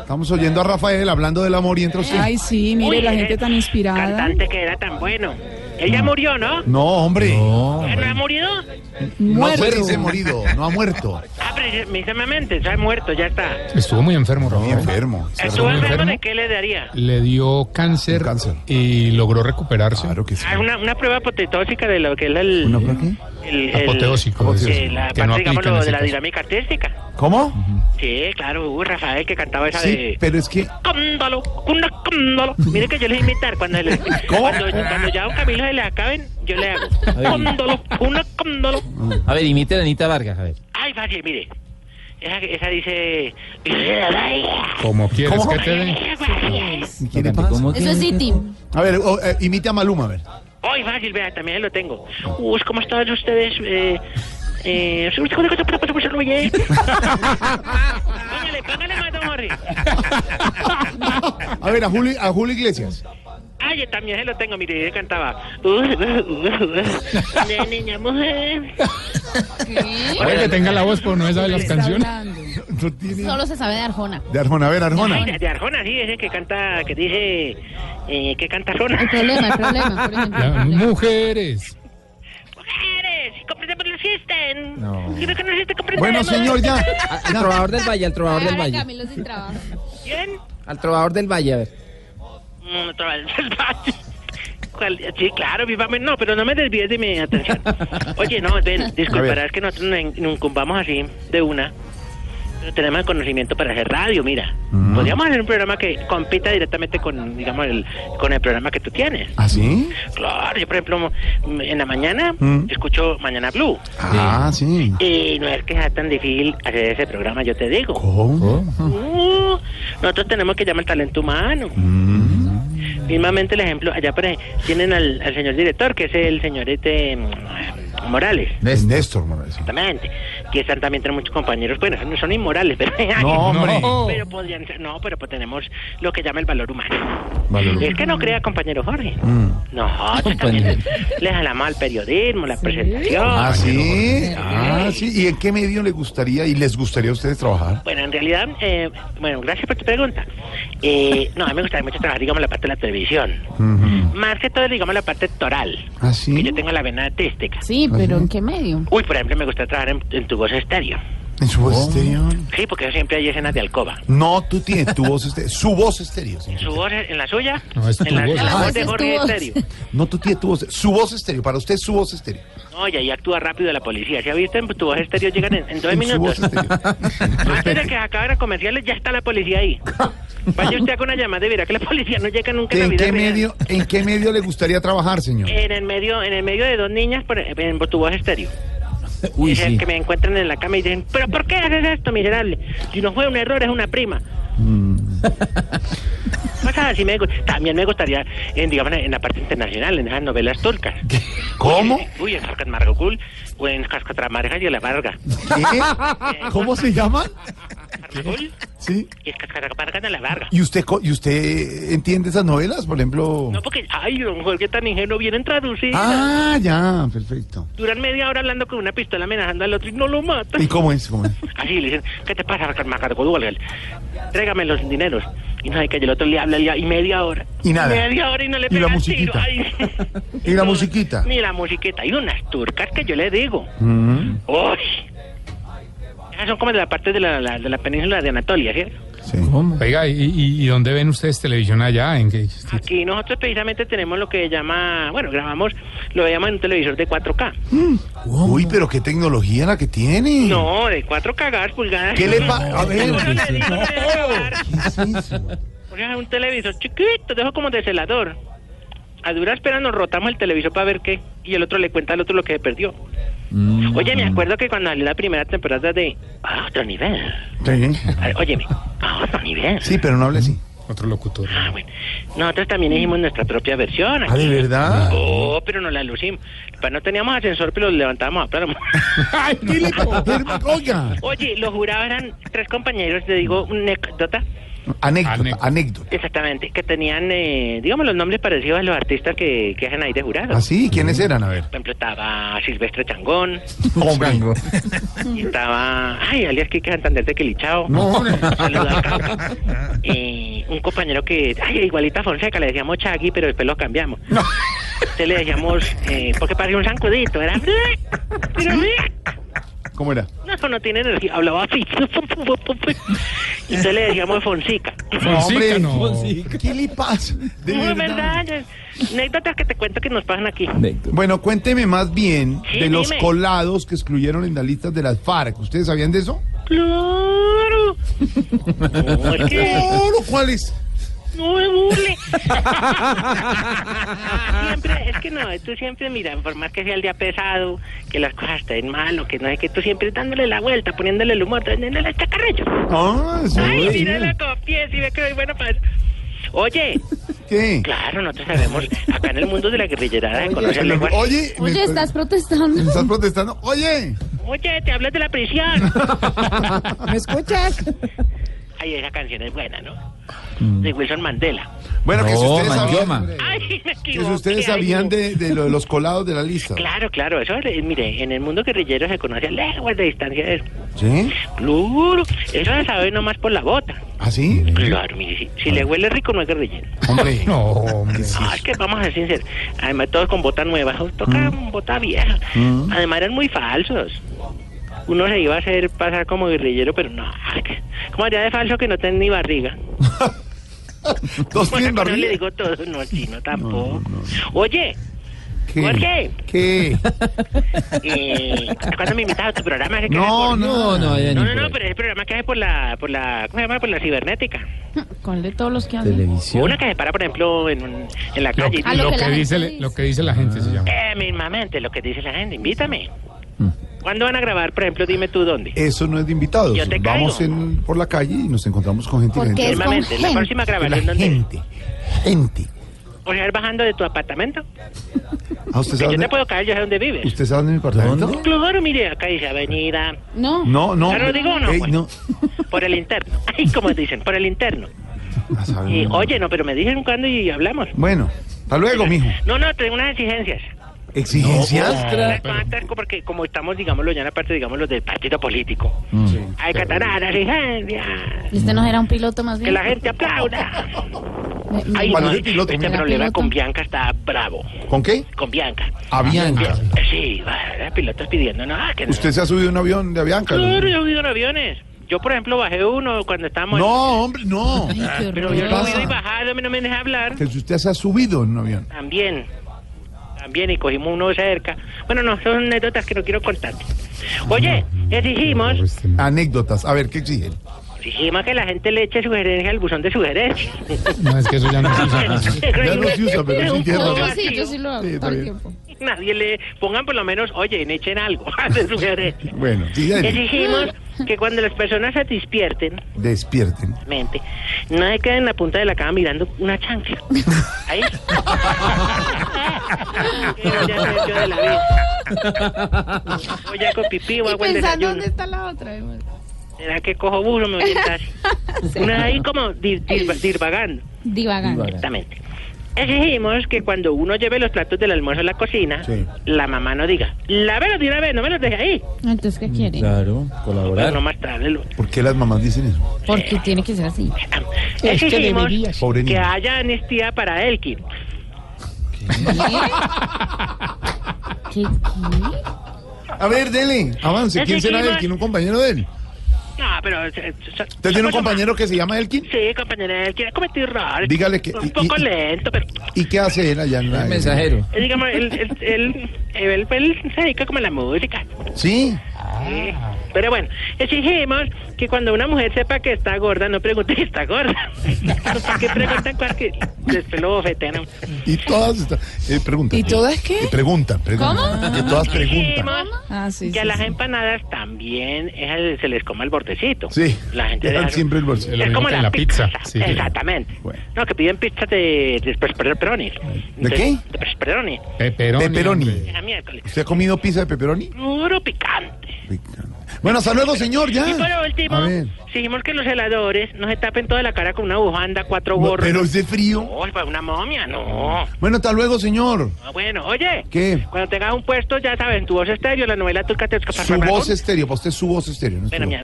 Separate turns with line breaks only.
Estamos oyendo a Rafael hablando del amor y entra usted.
Ay, sí, mire,
Uy,
la
el
gente tan inspirada.
Cantante que era tan bueno. Él ya murió, ¿no?
Ah. No, hombre. No,
¿Él no ha morido?
no
Muerto.
se dice morido, no ha muerto.
Ah, precisamente, se ha muerto, ya está.
Estuvo muy enfermo,
Muy
Rafael.
enfermo.
¿Estuvo
enfermo?
enfermo de qué le daría?
Le dio cáncer,
Un cáncer.
y logró recuperarse.
Claro que sí.
Ah, una, una prueba apoteósica de lo que es el...
¿Una prueba qué?
el- el-
Apoteósico,
de
apoteósico,
la parte,
que no
digamos,
aplica en
lo
ese
de la
caso.
dinámica artística.
¿Cómo?
Sí, claro, uh, Rafael que cantaba esa
Sí,
de...
pero es que.
Cóndalo, cunda, cóndalo. Mire que yo le voy a imitar cuando, le- cuando, cuando ya a un Camilo se le acaben, yo le hago. Cóndalo, cunda, cóndalo.
A ver, imite a Anita Vargas, a ver.
Ay, vale, mire. Esa, esa dice...
Como quieres
¿Cómo?
que te den.
¿Qué le pasa?
Eso es City.
A ver, o, eh, imite a Maluma, a ver.
Hoy fácil, vea, también lo tengo. Uy, ¿cómo están ustedes? Eh, eh, Póngale, póngale más, don Jorge.
A ver, a Julio, a Julio Iglesias.
Ah, yo también se lo tengo, mire, yo cantaba. De niña mujer.
Puede que tenga la voz, pero no es de las
Está
canciones.
hablando.
No tiene-
Solo se sabe de Arjona.
De Arjona, a ver,
Ay,
Arjona.
de, de Arjona, sí, ese que canta, que dice, eh, que canta
El
Arjona.
problema, el problema, por ejemplo. el
Ya,
problema.
mujeres.
Mujeres, comprendemos lo existen.
No.
Quiero que nos
Bueno,
existen, comprendemos.
señor, ya.
A- Al trovador del valle, al trovador del
Ahora
valle.
Camilo sin trabajo.
¿Quién?
Al trovador del valle, a ver.
Mm, otra vez, ¿Cuál? Sí, claro, vivame. No, pero no me desvíes de mi atención. Oye, no, ven, disculparás que nosotros nos en- nos incumbamos así de una. Pero tenemos el conocimiento para hacer radio, mira.
Mm.
Podríamos hacer un programa que compita directamente con, digamos, el, con el programa que tú tienes.
¿Ah, sí?
Claro, yo, por ejemplo, mm, en la mañana
Mm.
escucho Mañana Blue.
Ah, sí.
Y no es que sea tan difícil hacer ese programa, yo te digo.
¿Cómo?
Uh, nosotros tenemos que llamar al talento humano.
Mm.
Mismamente el ejemplo, allá por ej- tienen al, al señor director, que es el señor este, mm, Morales.
Néstor, Néstor Morales.
Exactamente. Que están también tienen muchos compañeros, bueno, son, son inmorales, pero...
No, hombre.
No.
Pero podrían ser, no, pero pues tenemos lo que llama el valor humano.
Valor.
Es que no crea, compañero Jorge.
Mm.
No, Nosotros también le jalamos al periodismo, la presentación.
Ah, sí. Ah, sí. ¿Y en qué medio le gustaría y les gustaría a ustedes trabajar?
Bueno, en realidad, eh, bueno, gracias por tu pregunta. Eh, no, a mí me gustaría mucho trabajar, digamos, la parte de la televisión. Más que todo, digamos, la parte toral.
¿Ah, sí?
Que yo tengo la vena artística.
Sí, pero ¿en qué medio?
Uy, por ejemplo, me gusta trabajar en, en tu voz estéreo.
¿En su
Oh.
voz estéreo?
Sí, porque siempre hay escenas de alcoba.
No, tú tienes tu voz estéreo. Su voz estéreo. sí.
¿En su voz, en la suya?
No, es tu
en la,
voz.
en la
Ah,
voz
esa
de
es
Jorge
tu voz.
Estéreo.
No, tú tienes tu voz. Su voz estéreo. Para usted, su voz estéreo.
No, y ahí actúa rápido la policía. ¿Se ha visto en tu voz estéreo? Llegan en, en dos
En su voz
minutos.
estéreo.
Antes de que acaben los comerciales, ya está la policía ahí. Vaya usted con una llamada y verá que la policía no llega nunca en la
¿En
vida
qué
real. Eh,
medio, en qué medio le gustaría trabajar, señor?
En el medio, en el medio de dos niñas por, en tu voz estéreo.
Uy,
Dicen
sí.
que me encuentran en la cama y dicen, pero ¿por qué haces esto, miserable? Si no fue un error, es una prima. Cosas así me gu- también me gustaría, en, digamos, en la parte internacional, en esas novelas turcas.
¿Cómo?
Uy, en Sarkat Margokul, o en Cascatramarja y la Varga.
¿Qué?
Eh,
¿Cómo se llama?
Margokul
Sí.
y Cascatramarja y la Varga.
¿Y usted, co- ¿Y usted entiende esas novelas, por ejemplo?
No, porque, ay, don Jorge, tan ingenuo, vienen traducidas.
Ah, ya, perfecto.
Duran media hora hablando con una pistola amenazando al otro y no lo matan.
¿Y cómo es? ¿Cómo es?
Así le dicen, ¿qué te pasa, Macargol? Trégame los dineros. Y no hay que el otro le habla le habla, y media hora.
Y nada.
Media hora y no le
Y la
pega el
musiquita.
tiro. Ay,
¿Y la musiquita?
Ni la musiquita. Y unas turcas que yo le digo.
Mm,
¡Uy! Esas son como de la parte de la, la- de la península de Anatolia, ¿cierto?
sí.
Oiga, ¿y, y, y dónde ven ustedes televisión allá? ¿En qué?
Aquí nosotros precisamente tenemos lo que llama, bueno, grabamos, lo llaman un televisor de 4K.
Uy, pero qué tecnología la que tiene.
No, de 4 cagadas pulgadas.
¿Qué le pasa? A ver.
Bueno, le digo,
¿Qué
no le dejo hablar.
es eso?
O sea, un televisor chiquito, dejo como de celador. A duras penas nos rotamos el televisor para ver qué. Y el otro le cuenta al otro lo que perdió. Oye, me acuerdo que cuando salió la primera temporada de A otro nivel.
Sí.
a- Óyeme, a otro nivel.
Sí, pero no hable así.
Otro locutor.
Ah, bueno. Nosotros también hicimos nuestra propia versión.
Ah,
aquí.
¿de verdad?
Oh, pero no la lucimos. Pues no teníamos ascensor, pero lo levantábamos a plomo.
Ay,
¿Qué le pasa? Oiga.
Oye, los jurados eran tres compañeros, te digo una anécdota.
Anécdota, anécdota.
Anécdota.
Exactamente, que tenían, eh, digamos, los nombres parecidos a los artistas que, que hacen ahí de jurado.
¿Ah, sí? ¿Quiénes eran? A ver.
Por ejemplo, estaba Silvestre Changón,
Hombre.
y estaba, ay, alias Kike Santander de Quilichao.
No,
Saludo acá. Eh, un compañero que, ay, igualita a Fonseca, le decíamos Chagui, pero después lo cambiamos. Entonces le decíamos, eh, porque parecía un zancudito, era... Pero,
¿Cómo era?
no, no tiene energía, hablaba así. Y Entonces le decíamos Fonsica.
Fonsica, no.
¿Qué le pasa? De
Muy
verdad.
verdad, anécdotas que te cuento que nos pasan aquí.
Bueno, cuénteme más bien
Sí,
de los
dime.
colados que excluyeron en las listas de las FARC. ¿Ustedes sabían de eso?
Claro. No, es que
¿lo cual es?
no me burle. Siempre, es que no, tú siempre, mira, por más que sea el día pesado, que las cosas estén mal o que no es que tú siempre dándole la vuelta, poniéndole el humor, poniéndole el chacarrillo.
Ah, sí.
Ay, mira la copia, si ve que soy bueno para eso. Oye,
¿Qué?
claro, nosotros sabemos, acá en el mundo de la guerrillerada se conoce el
Oye,
lenguaje.
me
Oye,
estoy-
estás protestando.
¿me ¿Estás protestando? Oye.
Oye, te hablas de la prisión.
¿Me escuchas?
Ay, esa canción es buena, ¿no? De Wilson Mandela.
Bueno, que si
No,
ustedes
Mandioma.
sabían,
Ay, me
que si
equivoqué,
ustedes
ay,
sabían
no.
de, de lo de los colados de la lista.
Claro, claro, eso, eh, mire, en el mundo guerrillero se conoce a leguas de distancia de
¿Sí?
Claro, eso se sabe nomás por la bota.
¿Ah, sí?
Claro, mire, si, si le huele rico no es guerrillero.
Hombre.
No, hombre.
Ah, es que Mm. vamos a ser sinceros, además todos con bota nueva, toca bota vieja. Además eran muy falsos. Uno se iba a hacer pasar como guerrillero, pero no. Como haría de falso que no tenga ni barriga.
¿Dos tienen
Bueno, que no le
barriga?
digo todo, no, chino tampoco. Oye,
¿Qué?
Jorge.
¿Qué?
eh, ¿cuándo me invitas a tu programa? Ese que hace
No,
por-
no, no.
No, no, ya ni
No, no, no,
por ahí.
pero es el programa que hace por la, por la, ¿cómo se llama? Por la cibernética.
¿Cuál de todos los que hablan?
Televisión.
Una que se para, por ejemplo, en, un- en la
Lo,
calle. y
Ah, lo
lo
que
que
la
dice,
gente
le- lo que dice la gente
Mm.
se llama.
Eh, mismamente, lo que dice la gente, invítame. ¿Cuándo van a grabar, por ejemplo, dime tú dónde?
Eso no Mm. es de invitados.
Yo te
Vamos
caigo.
en- por la calle y nos encontramos con gente. y la
Porque
gente
es con
Mismamente, la
gente.
próxima
la
grabación, ¿dónde?
gente. Gente.
¿Por ir bajando de tu apartamento?
Ah, ¿usted
Que
sabe
yo te
dónde,
puedo caer, yo sé dónde vives.
¿usted sabe dónde es mi apartamento?
¿Dónde?
Claro, mire, acá dice avenida,
No.
No, no.
Ya lo digo, no,
Ey,
pues.
no.
por el interno. Ay, como dicen, por el interno.
Ah, sabe
Y,
dónde.
oye, no, pero me dijeron cuándo y hablamos.
Bueno, hasta luego, mijo.
No, no, tengo unas exigencias.
¿Exigencias?
Unas
pero-
cuantas, porque como estamos, digámoslo, ya en la parte, digamos, los del partido político. Hay que acatar las exigencias.
¿Este no era un piloto más
Que
bien?
la gente aplauda.
Me- me-
Ay,
¿Cuál
no,
es el piloto?
Este
¿Era
problema
piloto?
con Bianca está bravo.
¿Con qué?
Con Bianca.
Avianca.
Sí, va, la pilotos pidiendo, no, que no.
¿Usted se ha subido a un avión de Avianca?
Claro, yo he vivido en aviones. Yo, por ejemplo, bajé uno cuando estábamos...
No, hombre, no.
Ay, qué
Pero
horror.
yo no he
pasa?
ido y bajado, a mí no me deja hablar.
Que si usted se ha subido en un avión.
También, también, y cogimos uno cerca. Bueno, no, son anécdotas que no quiero contarte. Oye, exigimos,
este Ah,
Anécdotas. A ver, ¿qué exigen?
exigimos que la gente le eche sugerencia al buzón de sugerencias.
No, es que eso ya no se usa.
Ya no se usa, pero
Es
sí
un
tiene
poco
razón.
Yo
Yo
sí, yo sí lo hago
Sí, está
todo el
bien.
tiempo.
Nadie le pongan por lo menos, oye, le echen algo de sugerencia.
Bueno, sí, dale.
Exigimos que cuando las personas se despierten,
despierten.
mente, no se queden en la punta de la cama mirando una chancla. Ahí. ¿Qué voy a hacer yo de la vida? Voy a con pipí o
Y
hago el
pensando
desayuno.
dónde está la otra. además.
¿Será que cojo burro? Me voy a sentar. Una ahí como dir- dir- divagando.
Divagando.
Divaga.
Exactamente. Exigimos que cuando uno lleve los platos del almuerzo a la cocina,
Sí.
la mamá no diga, lávelos de una vez, no me los deje ahí.
Entonces, ¿qué quiere?
Claro,
Pero no
colaborar.
más tráelo.
¿Por qué las mamás dicen eso?
Porque tiene que ser así.
Exigimos
Pobre
que
niño.
haya amnistía para Elkin.
¿Qué? ¿Qué?
A ver, dele, avance. ¿Quién será
Exigimos-
Elkin? ¿Un compañero de él?
No, pero... eh, ¿Usted
¿Usted tiene un compañero que se llama Elkin?
pues, Sí, compañero Elkin, ha cometido errores.
Dígale que-
Un poco
y- y-
lento, pero...
¿Y qué hace él allá en la...
El mensajero.
eh, Digamos, él, él, él, él- él se dedica como a la música.
¿Sí?
Pero bueno, exigimos que cuando una mujer sepa que está gorda, no pregunte si está gorda. ¿Para qué preguntan cualquier? Después lo bofetean. a uno.
Y todas está- eh, preguntan.
¿Y todas qué?
Eh, preguntan, preguntan.
¿Cómo?
Que todas preguntan.
Exigimos
Ah, sí.
que a
sí,
las
sí.
empanadas también es el- se les coma el bordecito.
Sí.
La gente
Dejan
deja-
siempre el bolsillo.
Lo
Es
mismo
como
que
la,
en la
pizza.
pizza, sí.
Exactamente.
Bueno.
No, que piden pizza de, de pepperoni.
¿De qué?
De pepperoni.
Pepperoni.
Pepperoni.
hombre.
Es a miércoles.
¿Usted ha comido pizza de pepperoni?
Puro picante.
Rica, ¿no? Bueno, hasta luego, señor, ya.
Y por último,
Ah, A ver.
seguimos que los heladores no se tapen toda la cara con una bufanda, cuatro
No,
gorros.
pero es de frío.
No, es para una momia, no.
Bueno, hasta luego, señor.
Ah, Bueno, oye.
¿Qué?
Cuando tengas un puesto, ya saben, tu voz estéreo, la novela turca te
Su voz estéreo, para usted su voz estéreo. no es
Bueno,
su-
mira,